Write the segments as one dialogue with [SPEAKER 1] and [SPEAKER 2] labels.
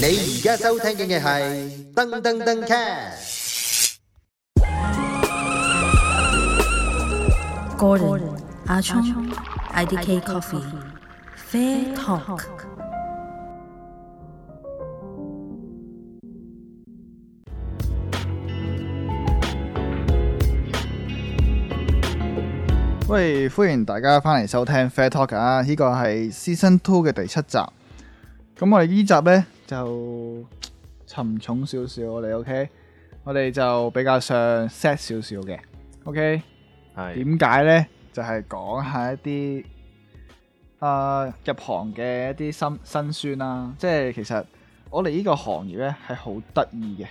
[SPEAKER 1] 你而家收聽嘅係噔噔噔 cast。
[SPEAKER 2] Gordon 阿聰 IDK Coffee Fair Talk。
[SPEAKER 3] 喂，歡迎大家翻嚟收聽 Fair Talk 啊！呢個係 Season Two 嘅第七集。咁我哋呢集呢，就沉重少少，我哋 OK，我哋就比較上 sad 少少嘅。OK，
[SPEAKER 4] 係
[SPEAKER 3] 點解呢？就係、講下一啲啊、入行嘅一啲辛辛酸啦、即係其實我哋呢個行業呢係好得意嘅。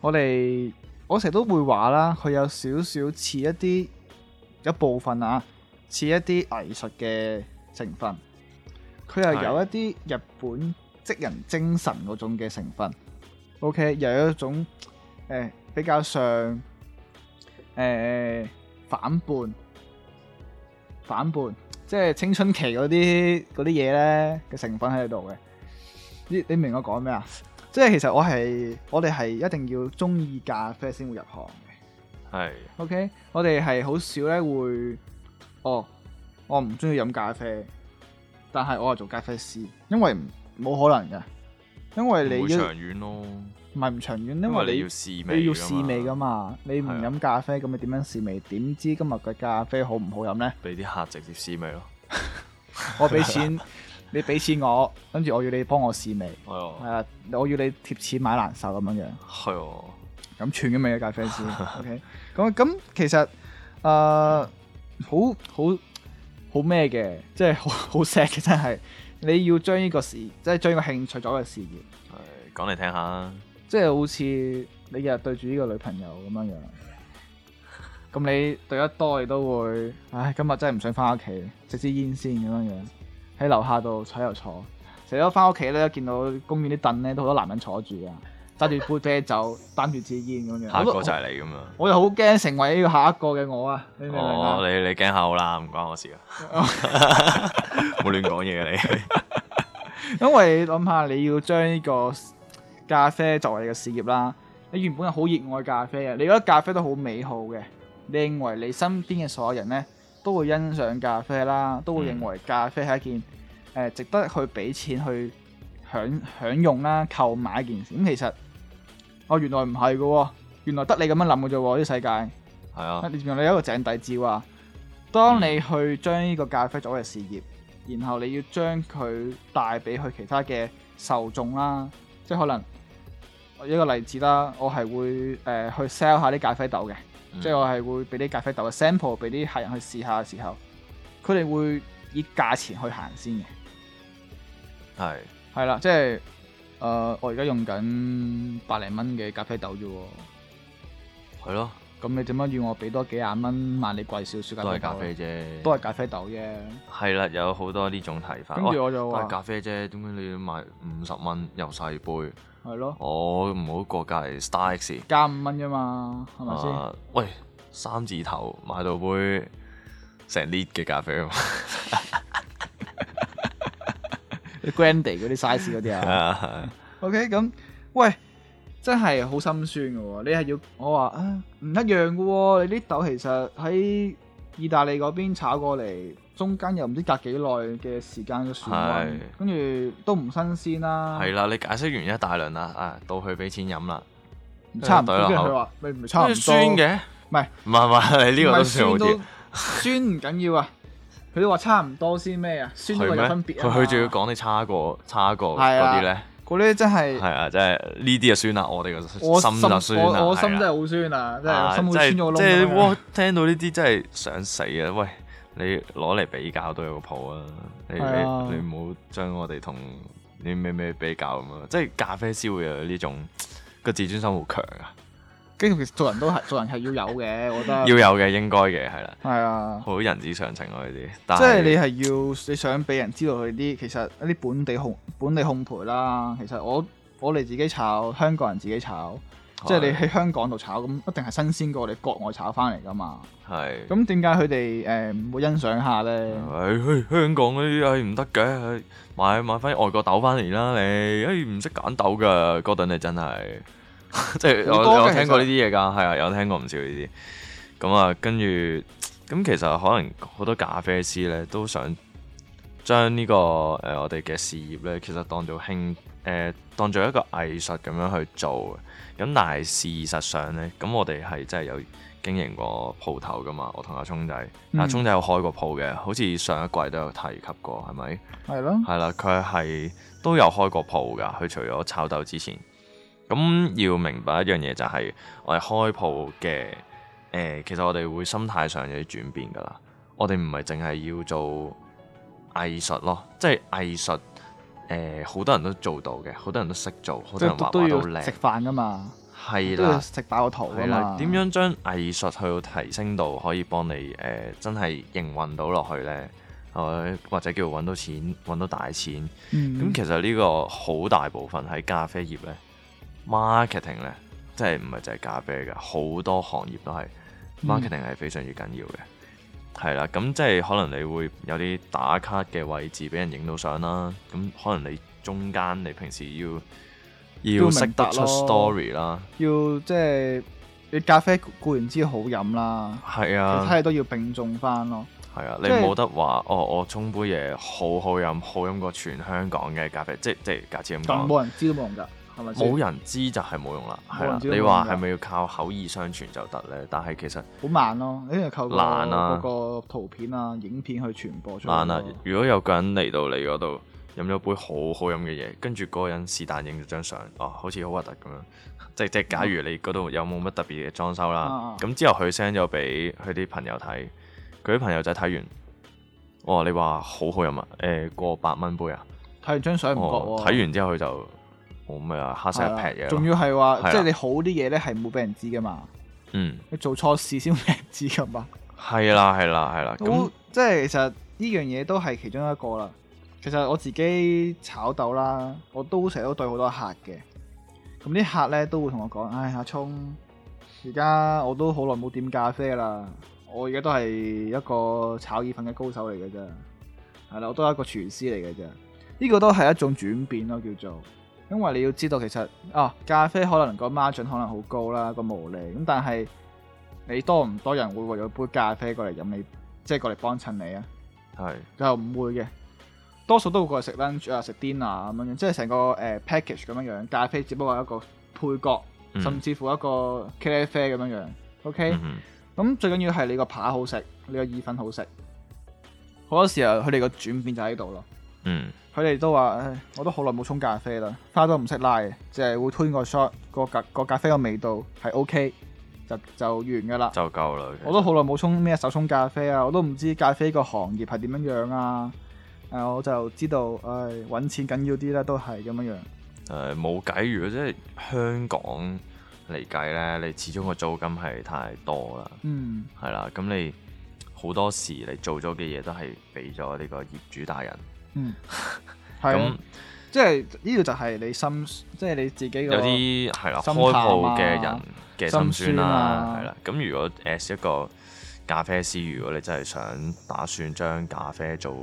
[SPEAKER 3] 我哋我成日都會話啦，佢有少少似一啲一部分啊，似一啲藝術嘅成分。佢又
[SPEAKER 4] 係
[SPEAKER 3] 有一啲日本職人精神嗰種嘅成分。OK，又有一種誒、呃比較上誒、呃反叛反叛，即係青春期嗰啲嗰啲嘢咧嘅成分喺度嘅。你你明我講咩啊？即係其實我係我哋係一定要中意咖啡先會入行嘅。
[SPEAKER 4] 係
[SPEAKER 3] OK，我哋係好少咧會，哦，我唔中意飲咖啡，但係我係做咖啡師，因為唔冇可能嘅，因為
[SPEAKER 4] 你
[SPEAKER 3] 你
[SPEAKER 4] 要
[SPEAKER 3] 要
[SPEAKER 4] 長遠咯，
[SPEAKER 3] 唔係唔長遠，因
[SPEAKER 4] 因為你要
[SPEAKER 3] 為
[SPEAKER 4] 試
[SPEAKER 3] 你
[SPEAKER 4] 味，
[SPEAKER 3] 你要試味噶，嘛，你唔
[SPEAKER 4] 係啊
[SPEAKER 3] 飲咖啡咁你點樣試味？點知今日嘅咖啡好唔好飲呢？
[SPEAKER 4] 俾啲客直接試味咯。
[SPEAKER 3] 我俾錢，你俾錢我，跟住我要你幫我試味，
[SPEAKER 4] 係
[SPEAKER 3] 係
[SPEAKER 4] 啊，
[SPEAKER 3] 啊，我要你貼錢買難受咁樣樣。
[SPEAKER 4] 係啊，
[SPEAKER 3] 咁串嘅味嘅咖啡師，OK，咁咁其實誒、呃好好好咩嘅，即係好好 sad 嘅真係，你要將呢個事，即係將呢個興趣作為事業，
[SPEAKER 4] 係講嚟聽下。
[SPEAKER 3] 即係啊好似你日日對住呢個女朋友咁樣樣，咁你對得多你都會，唉，今日真係唔想翻屋企，食支煙先咁樣樣，喺樓下度坐又坐，成日都翻屋企咧，見到公園啲凳咧都好多男人坐住啊，揸住杯啤酒，擔住支煙咁樣，
[SPEAKER 4] 下一
[SPEAKER 3] 我
[SPEAKER 4] 個
[SPEAKER 3] 都
[SPEAKER 4] 就係你咁樣。
[SPEAKER 3] 我又好驚成為呢個下一個嘅我啊！你明唔明
[SPEAKER 4] 哦，
[SPEAKER 3] 啊？
[SPEAKER 4] 你你驚下我啦，唔關 我事啊。冇亂講嘢嘅你。
[SPEAKER 3] 因為諗下你要將呢個咖啡作為你嘅事業啦，你原本係好熱愛咖啡嘅，你覺得咖啡都好美好嘅，你認為你身邊嘅所有人呢，都會欣賞咖啡啦，都會認為咖啡係一件誒、呃值得去俾錢去享享用啦、購買一件事。咁其實哦，原來唔係嘅喎，原來得你咁樣諗嘅啫喎，呢個世界。
[SPEAKER 4] 係啊，嗯
[SPEAKER 3] 原來你有一個井底之蛙。當你去將呢個咖啡作為事業，然後你要將佢帶俾佢其他嘅受眾啦，即係可能我一個例子啦，我係會誒、呃去 sell 下啲咖啡豆嘅，
[SPEAKER 4] 嗯
[SPEAKER 3] 即係我係會俾啲咖啡豆嘅 sample 俾啲客人去試下嘅時候，佢哋會以價錢去行先嘅，
[SPEAKER 4] 係
[SPEAKER 3] 係啦，即係誒、呃我而家用緊百零蚊嘅咖啡豆啫喎，
[SPEAKER 4] 係咯，
[SPEAKER 3] 咁你點解要我俾多幾廿蚊買你貴少少
[SPEAKER 4] 都係
[SPEAKER 3] 嘅
[SPEAKER 4] 咖啡啫，
[SPEAKER 3] 都係咖啡豆啫。
[SPEAKER 4] 係啦，有好多呢種睇法。
[SPEAKER 3] 跟住
[SPEAKER 4] 喂
[SPEAKER 3] 我就
[SPEAKER 4] 都
[SPEAKER 3] 話
[SPEAKER 4] 係咖啡啫，點解你要賣五十蚊又細杯？
[SPEAKER 3] 係咯，
[SPEAKER 4] 我唔好過隔離 Star X。
[SPEAKER 3] 加五蚊啫嘛，係咪先？
[SPEAKER 4] 啊喂，三字頭買到杯成 lit 嘅咖啡啊嘛
[SPEAKER 3] 你 Grandy 嗰啲 size 嗰啲啊。
[SPEAKER 4] 啊
[SPEAKER 3] OK，咁喂，真係好心酸嘅喎。你係要我話啊，唔一樣嘅喎。你啲豆其實喺意大利嗰邊炒過嚟，中間又唔知隔幾耐嘅時間嘅船運
[SPEAKER 4] 係，
[SPEAKER 3] 跟住都唔新鮮啦。
[SPEAKER 4] 係啦，你解釋完一大輪啦，啊，到佢俾錢飲啦，
[SPEAKER 3] 差唔多。跟
[SPEAKER 4] 跟住
[SPEAKER 3] 住
[SPEAKER 4] 懟落口
[SPEAKER 3] 佢話：咪唔係差唔多
[SPEAKER 4] 酸，嘅，
[SPEAKER 3] 唔係
[SPEAKER 4] 唔係唔係，你呢
[SPEAKER 3] 唔
[SPEAKER 4] 個
[SPEAKER 3] 係
[SPEAKER 4] 都算好
[SPEAKER 3] 酸都
[SPEAKER 4] 啲，
[SPEAKER 3] 酸唔緊要啊。佢都話差唔多先咩啊？酸都有
[SPEAKER 4] 係
[SPEAKER 3] 分
[SPEAKER 4] 咩？
[SPEAKER 3] 別啊嘛。
[SPEAKER 4] 佢佢仲要講你差過差過
[SPEAKER 3] 係
[SPEAKER 4] 嗰
[SPEAKER 3] 啊
[SPEAKER 4] 啲咧，
[SPEAKER 3] 嗰啲真係。
[SPEAKER 4] 係啊，真係呢啲就酸啦，我哋個
[SPEAKER 3] 我
[SPEAKER 4] 心就酸啦，
[SPEAKER 3] 我我心
[SPEAKER 4] 係
[SPEAKER 3] 真
[SPEAKER 4] 啊
[SPEAKER 3] 係好酸啊！真係
[SPEAKER 4] 啊
[SPEAKER 3] 心會
[SPEAKER 4] 真
[SPEAKER 3] 穿
[SPEAKER 4] 係
[SPEAKER 3] 咗個窿
[SPEAKER 4] 即係
[SPEAKER 3] 咁樣。
[SPEAKER 4] 哇，聽到呢啲真係想死啊！喂，你攞嚟比較都有個譜啊！你
[SPEAKER 3] 係啊
[SPEAKER 4] 你你唔好將我哋同你咩咩比較咁啊！即係咖啡師會有呢種個自尊心好強啊，
[SPEAKER 3] 跟住其實做人都係做人係要有嘅，我覺得
[SPEAKER 4] 要有嘅應該嘅係啦，
[SPEAKER 3] 係啊，
[SPEAKER 4] 好人之常情啊呢啲。但
[SPEAKER 3] 即係你係要你想俾人知道佢啲其實一啲本地烘本地烘焙啦。其實我我哋自己炒，香港人自己炒，即係你喺香港度炒，咁一定係新鮮過我哋國外炒翻嚟噶嘛。
[SPEAKER 4] 係。
[SPEAKER 3] 咁點解佢哋誒唔會欣賞下咧？
[SPEAKER 4] 唉，去香港嗰啲唉唔得嘅，唉買買翻外國豆翻嚟啦你，唉唔識揀豆噶，嗰頓你真係， 即係
[SPEAKER 3] 好
[SPEAKER 4] 我
[SPEAKER 3] 多㗎
[SPEAKER 4] 我有聽過呢
[SPEAKER 3] 其
[SPEAKER 4] 啲嘢㗎，係啊，有聽過唔少呢啲。咁啊，跟住咁其實可能好多咖啡師咧都想將呢、個誒、呃我哋嘅事業咧，其實當做興誒、呃、當做一個藝術咁樣去做嘅。咁但係事實上咧，咁我哋係真係有經營過鋪頭噶嘛，我同阿聰仔。
[SPEAKER 3] 嗯
[SPEAKER 4] 阿聰仔有開過鋪嘅，好似上一季都有提及過，係咪？
[SPEAKER 3] 係咯，
[SPEAKER 4] 係啦，佢係都有開過鋪噶。佢除咗炒豆之前，咁要明白一樣嘢就係、我哋開鋪嘅誒，其實我哋會心態上有啲轉變噶啦。我哋唔係淨係要做藝術咯，即係藝術誒，好、多人都做到嘅，好多人都識做，好
[SPEAKER 3] 即
[SPEAKER 4] 多人
[SPEAKER 3] 係
[SPEAKER 4] 畫
[SPEAKER 3] 都
[SPEAKER 4] 畫
[SPEAKER 3] 要
[SPEAKER 4] 都
[SPEAKER 3] 食
[SPEAKER 4] 靚，
[SPEAKER 3] 飯噶嘛，
[SPEAKER 4] 係
[SPEAKER 3] 都
[SPEAKER 4] 啦
[SPEAKER 3] 要。食飽個肚
[SPEAKER 4] 係
[SPEAKER 3] 噶
[SPEAKER 4] 啦
[SPEAKER 3] 嘛。，
[SPEAKER 4] 點樣將藝術去到提升到可以幫你誒、呃真係營運到落去呢？係咪或者叫揾到錢，揾到大錢？咁、
[SPEAKER 3] 嗯？
[SPEAKER 4] 其實呢個好大部分喺咖啡業呢 marketing 呢，即係唔係就係咖啡嘅，好多行業都係
[SPEAKER 3] 嗯
[SPEAKER 4] marketing 係非常之緊要嘅。係啦，咁即係可能你會有啲打卡嘅位置俾人影到相啦，咁可能你中間你平時要要
[SPEAKER 3] 要
[SPEAKER 4] 識
[SPEAKER 3] 明白
[SPEAKER 4] 得出
[SPEAKER 3] 咯
[SPEAKER 4] story 啦，
[SPEAKER 3] 要即係你咖啡固然之好飲啦，
[SPEAKER 4] 係
[SPEAKER 3] 其
[SPEAKER 4] 啊
[SPEAKER 3] 他。嘢都要並重翻咯。
[SPEAKER 4] 係啊，你
[SPEAKER 3] 即係
[SPEAKER 4] 冇得話哦，我沖杯嘢好好飲，好飲過全香港嘅咖啡，即即係假設咁
[SPEAKER 3] 但
[SPEAKER 4] 講，
[SPEAKER 3] 冇人知都冇用㗎，係咪先？
[SPEAKER 4] 啊冇人知就係冇用啦。係
[SPEAKER 3] 冇
[SPEAKER 4] 啦
[SPEAKER 3] 人，知
[SPEAKER 4] 你
[SPEAKER 3] 都冇
[SPEAKER 4] 話
[SPEAKER 3] 用㗎
[SPEAKER 4] 係咪要靠口耳相傳就得呢？但係其實
[SPEAKER 3] 好慢咯，因為靠個
[SPEAKER 4] 難啊
[SPEAKER 3] 嗰個圖片啊、影片去傳播出去咯。
[SPEAKER 4] 難啊！如果有個人嚟到你嗰度飲咗杯好好飲嘅嘢，跟住嗰個人是但影咗張相，哦，好似好核突咁樣。 即即係假如你嗰度有冇乜特別嘅裝修啦
[SPEAKER 3] 嗯啊，
[SPEAKER 4] 咁之後佢 send 咗俾佢啲朋友睇，佢啲朋友仔睇完，哇！你話好好飲啊？誒，過百蚊杯啊！
[SPEAKER 3] 睇完張相唔覺
[SPEAKER 4] 哦
[SPEAKER 3] 喎。
[SPEAKER 4] 睇完之後佢就冇咩啊，黑色一
[SPEAKER 3] 係啦
[SPEAKER 4] 劈嘢
[SPEAKER 3] 仲
[SPEAKER 4] 咯。
[SPEAKER 3] 要係
[SPEAKER 4] 係啦
[SPEAKER 3] 話，即係你好啲嘢咧係冇俾人知㗎嘛，
[SPEAKER 4] 嗯，
[SPEAKER 3] 你做錯事先俾人知㗎嘛。
[SPEAKER 4] 係啦，係啦，係啦。
[SPEAKER 3] 咁
[SPEAKER 4] 咁
[SPEAKER 3] 即係其實呢樣嘢都係其中一個啦。其實我自己炒豆啦，我都成日都對好多客嘅。咁啲客咧都會同我講：，唉，阿聰，而家我都好耐冇點咖啡啦，我而家都係一個炒意粉嘅高手嚟嘅啫。係啦，我都係一個廚師嚟嘅啫。呢、個都係一種轉變咯，叫做。因為你要知道，其實啊，咖啡可能個 margin 可能好高啦，個毛利咁，但係你多唔多人會為咗杯咖啡過嚟飲你，即係過嚟幫襯你啊？
[SPEAKER 4] 係
[SPEAKER 3] 又唔會嘅，多數都會過嚟食 lunch 啊、食 dinner 啊咁樣，即係成個誒、呃 package 咁樣樣。咖啡只不過係一個配角，
[SPEAKER 4] 嗯
[SPEAKER 3] 甚至乎一個茄喱啡咁樣樣。OK，咁
[SPEAKER 4] 嗯、哼
[SPEAKER 3] 最緊要係你個扒好食，你個意粉好食。好多時候佢哋個轉變就喺度咯。
[SPEAKER 4] 嗯
[SPEAKER 3] 佢哋都話：，唉，我都好耐冇沖咖啡啦，花都唔識拉嘅，就係會推個 shot 個咖個咖啡個味道係 OK，就就完噶啦。
[SPEAKER 4] 就夠啦。
[SPEAKER 3] 我都好耐冇沖咩手沖咖啡啊，我都唔知咖啡個行業係點樣樣啊。誒、我就知道，唉，揾錢緊要啲啦，都係咁樣樣。
[SPEAKER 4] 誒冇計，如果即係香港嚟計咧，你始終個租金係太多啦，
[SPEAKER 3] 嗯，
[SPEAKER 4] 係啦。咁你好多時你做咗嘅嘢都係俾咗呢個業主大人。
[SPEAKER 3] 嗯，係啊
[SPEAKER 4] 咁，
[SPEAKER 3] 即係呢個就係你心，即係你自己個
[SPEAKER 4] 有啲係啦，
[SPEAKER 3] 心
[SPEAKER 4] 開
[SPEAKER 3] 淡啊
[SPEAKER 4] 鋪嘅人嘅心酸
[SPEAKER 3] 心酸
[SPEAKER 4] 啦
[SPEAKER 3] 啊，
[SPEAKER 4] 係啦。咁如果 as 一個咖啡師，如果你真係想打算將咖啡做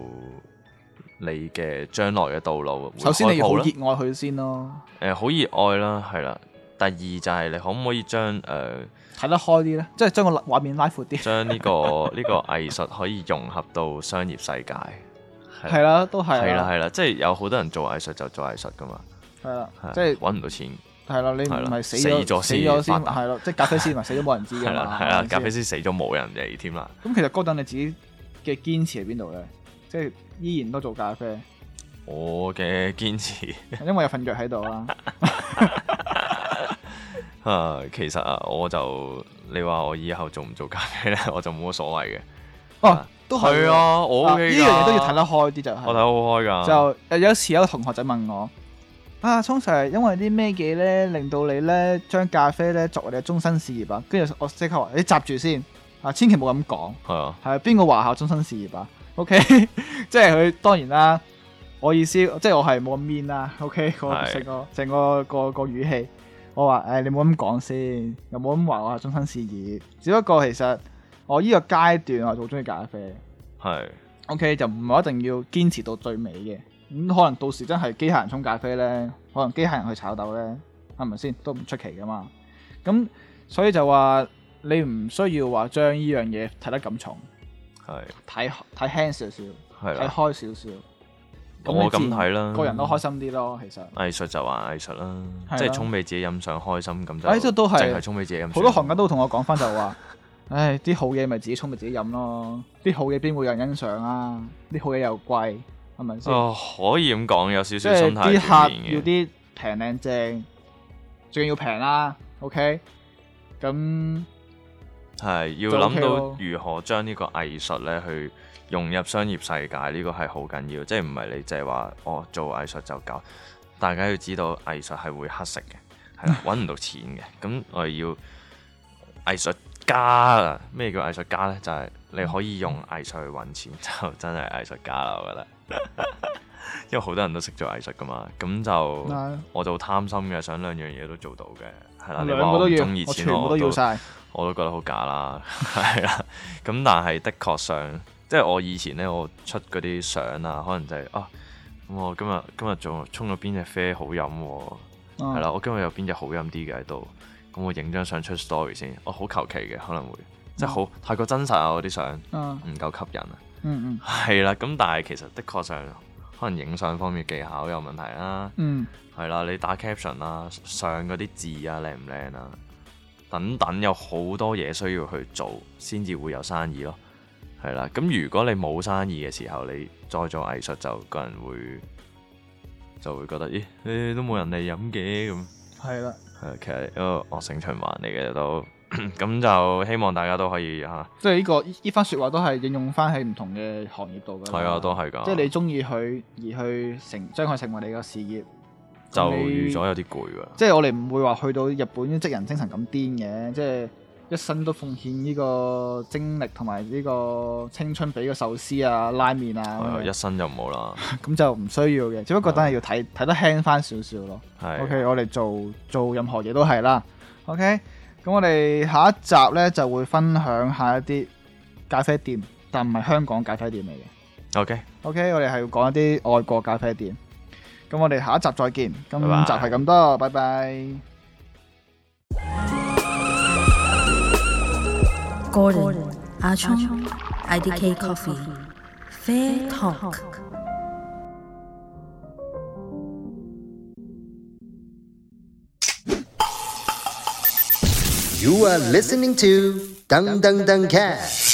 [SPEAKER 4] 你嘅將來嘅道路，會
[SPEAKER 3] 首先你要好
[SPEAKER 4] 開鋪
[SPEAKER 3] 熱
[SPEAKER 4] 啦
[SPEAKER 3] 愛佢先咯，
[SPEAKER 4] 誒好熱愛啦，係啦。第二就係你可唔可以將誒、呃、
[SPEAKER 3] 睇得開啲咧，即係將個畫面拉闊啲。
[SPEAKER 4] 將呢、個呢個 藝術可以融合到商業世界？
[SPEAKER 3] 係啦，都係啊
[SPEAKER 4] 係啦，
[SPEAKER 3] 啦，
[SPEAKER 4] 係啦，即係有好多人做藝術就做藝術噶嘛，
[SPEAKER 3] 係啦
[SPEAKER 4] 係，
[SPEAKER 3] 即係
[SPEAKER 4] 揾唔到錢，
[SPEAKER 3] 係啦，你
[SPEAKER 4] 係
[SPEAKER 3] 唔
[SPEAKER 4] 啦
[SPEAKER 3] 係死
[SPEAKER 4] 死咗
[SPEAKER 3] 咗
[SPEAKER 4] 先
[SPEAKER 3] 咗
[SPEAKER 4] 發
[SPEAKER 3] 先，
[SPEAKER 4] 達
[SPEAKER 3] 係咯，即係咖啡師咪死咗冇人知㗎
[SPEAKER 4] 係啦
[SPEAKER 3] 嘛。
[SPEAKER 4] 係啦
[SPEAKER 3] 係，咪
[SPEAKER 4] 咖啡
[SPEAKER 3] 先
[SPEAKER 4] 師死咗冇人嚟添啦，
[SPEAKER 3] 咁其實嗰陣你自己嘅堅持喺邊度咧？即係依然都做咖啡，
[SPEAKER 4] 我嘅堅持。
[SPEAKER 3] 因為有份藥喺度啦。
[SPEAKER 4] 啊，其實啊，我就你話我以後做唔做咖啡咧， 我就冇乜所謂嘅。
[SPEAKER 3] 哦，都係
[SPEAKER 4] 係
[SPEAKER 3] 喎，
[SPEAKER 4] 啊，我 OK
[SPEAKER 3] 呢樣嘢都要睇
[SPEAKER 4] 啦，
[SPEAKER 3] 得開啲就係。
[SPEAKER 4] 我睇得好開㗎。
[SPEAKER 3] 就誒有時有個同學仔問我：啊，通常因為啲咩嘢咧，令到你咧將咖啡咧作為你嘅終身事業啊？跟住我即刻話：你閘住先啊，千祈冇咁講。
[SPEAKER 4] 係啊，
[SPEAKER 3] 係邊個華校終身事業啊？OK，即 係佢當然啦。我意思即係我係冇咁 mean 啦。OK，個
[SPEAKER 4] 係
[SPEAKER 3] 成個成個個個語氣，我話誒、你唔好咁講先，又冇咁話我係終身事業。只不過其實我呢個階段我係好中意咖啡
[SPEAKER 4] 係
[SPEAKER 3] ，OK 就唔係一定要堅持到最尾嘅。咁、可能到時真係機械人沖咖啡咧，可能機械人去炒豆咧，係咪先都唔出奇噶嘛。咁所以就話你唔需要話將呢樣嘢睇得咁重，
[SPEAKER 4] 係
[SPEAKER 3] 睇睇輕少少，
[SPEAKER 4] 係
[SPEAKER 3] 睇
[SPEAKER 4] 啦，
[SPEAKER 3] 開少少。
[SPEAKER 4] 我
[SPEAKER 3] 你
[SPEAKER 4] 咁
[SPEAKER 3] 自然
[SPEAKER 4] 睇啦，嗯
[SPEAKER 3] 個人都開心啲咯，其實。
[SPEAKER 4] 藝術就話藝術啦，
[SPEAKER 3] 係
[SPEAKER 4] 即係
[SPEAKER 3] 啦
[SPEAKER 4] 沖俾自己飲上開心咁就，
[SPEAKER 3] 哎呢度都係
[SPEAKER 4] 淨係沖俾自己飲上。
[SPEAKER 3] 好多行家都同我講翻就話， 唉，啲好嘢咪自己沖咪自己飲咯，啲好嘢邊會有人欣賞啊？啲好嘢又貴，係咪先？
[SPEAKER 4] 哦，可以咁講，有少
[SPEAKER 3] 即
[SPEAKER 4] 少
[SPEAKER 3] 係
[SPEAKER 4] 心態
[SPEAKER 3] 啲客
[SPEAKER 4] 轉
[SPEAKER 3] 要
[SPEAKER 4] 變嘅，
[SPEAKER 3] 啲平靚正，仲要平啦，OK？咁
[SPEAKER 4] 係要
[SPEAKER 3] 就 OK
[SPEAKER 4] 諗到
[SPEAKER 3] 咯
[SPEAKER 4] 如何將呢個藝術咧去融入商業世界，呢個係好緊要，即係唔係你淨係話哦做藝術就夠，大家要知道藝術係會乞食 嘅，係啦，揾唔到錢嘅，咁我哋要藝術家啊，咩叫藝術家呢？就係、你可以用藝術去揾錢， 就真係藝術家啦，我覺得。 因為好多人都識做藝術噶嘛，咁就
[SPEAKER 3] 嗱
[SPEAKER 4] 我就好貪心嘅，想兩樣嘢都做到嘅，係啦。你話
[SPEAKER 3] 兩個
[SPEAKER 4] 我
[SPEAKER 3] 都
[SPEAKER 4] 唔
[SPEAKER 3] 要，
[SPEAKER 4] 中意
[SPEAKER 3] 我
[SPEAKER 4] 錢，
[SPEAKER 3] 全部都要晒。啊
[SPEAKER 4] 我都覺得好假啦， 係啦。咁但係的確上，即係我以前咧，我出嗰啲相啊，可能就係、啊，咁我今日今日仲沖咗邊只啡好飲喎、係
[SPEAKER 3] 係
[SPEAKER 4] 啦，，我今日有邊只好飲啲嘅喺度，咁我影張相出 story 先，我好求其嘅可能會，即係好太過真實啊！我啲相
[SPEAKER 3] 嗯
[SPEAKER 4] 唔夠吸引啊，
[SPEAKER 3] 嗯
[SPEAKER 4] 係啦。咁但係其實的確上，可能影相方面技巧有問題啦。
[SPEAKER 3] 嗯
[SPEAKER 4] 係啦，你打 caption 啊，上嗰啲字啊，靚唔靚啊，等等，有好多嘢需要去做，先至會有生意咯。係啦，咁如果你冇生意嘅時候，你再做藝術就個人會就會覺得，咦，誒都冇人嚟飲嘅咁。
[SPEAKER 3] 嗯，係啦，
[SPEAKER 4] 係，其實一個惡性循環嚟嘅都， 咁就希望大家都可以啊嚇，
[SPEAKER 3] 即係呢個呢番説話都係應用翻喺唔同嘅行業度㗎啦。
[SPEAKER 4] 係啊，都係㗎。
[SPEAKER 3] 即係你中意佢而去成將佢成為你嘅事業，
[SPEAKER 4] 就
[SPEAKER 3] 你
[SPEAKER 4] 預咗有啲攰㗎。
[SPEAKER 3] 即係我哋唔會話去到日本職人精神咁癲嘅，即係一生都奉獻呢個精力同埋呢個青春俾個壽司啊、拉麵
[SPEAKER 4] 係啊
[SPEAKER 3] 啊，
[SPEAKER 4] 一生就冇啦。
[SPEAKER 3] 咁就唔需要嘅。只不過等係要睇睇得輕翻少少咯。
[SPEAKER 4] 係
[SPEAKER 3] OK，我哋做做任何嘢都係啦。OK，咁我哋下一集呢就會分享下一啲咖啡店，但唔係香港咖啡店嚟嘅。
[SPEAKER 4] OK，
[SPEAKER 3] OK，我哋係要講一啲外國咖啡店。咁我哋下一集再見。今集
[SPEAKER 4] 拜拜
[SPEAKER 3] 係咁多，拜拜。
[SPEAKER 2] Gordon, Achong, IDK Coffee, Fair Talk.
[SPEAKER 1] You are listening to Dung Dung Dung Cat.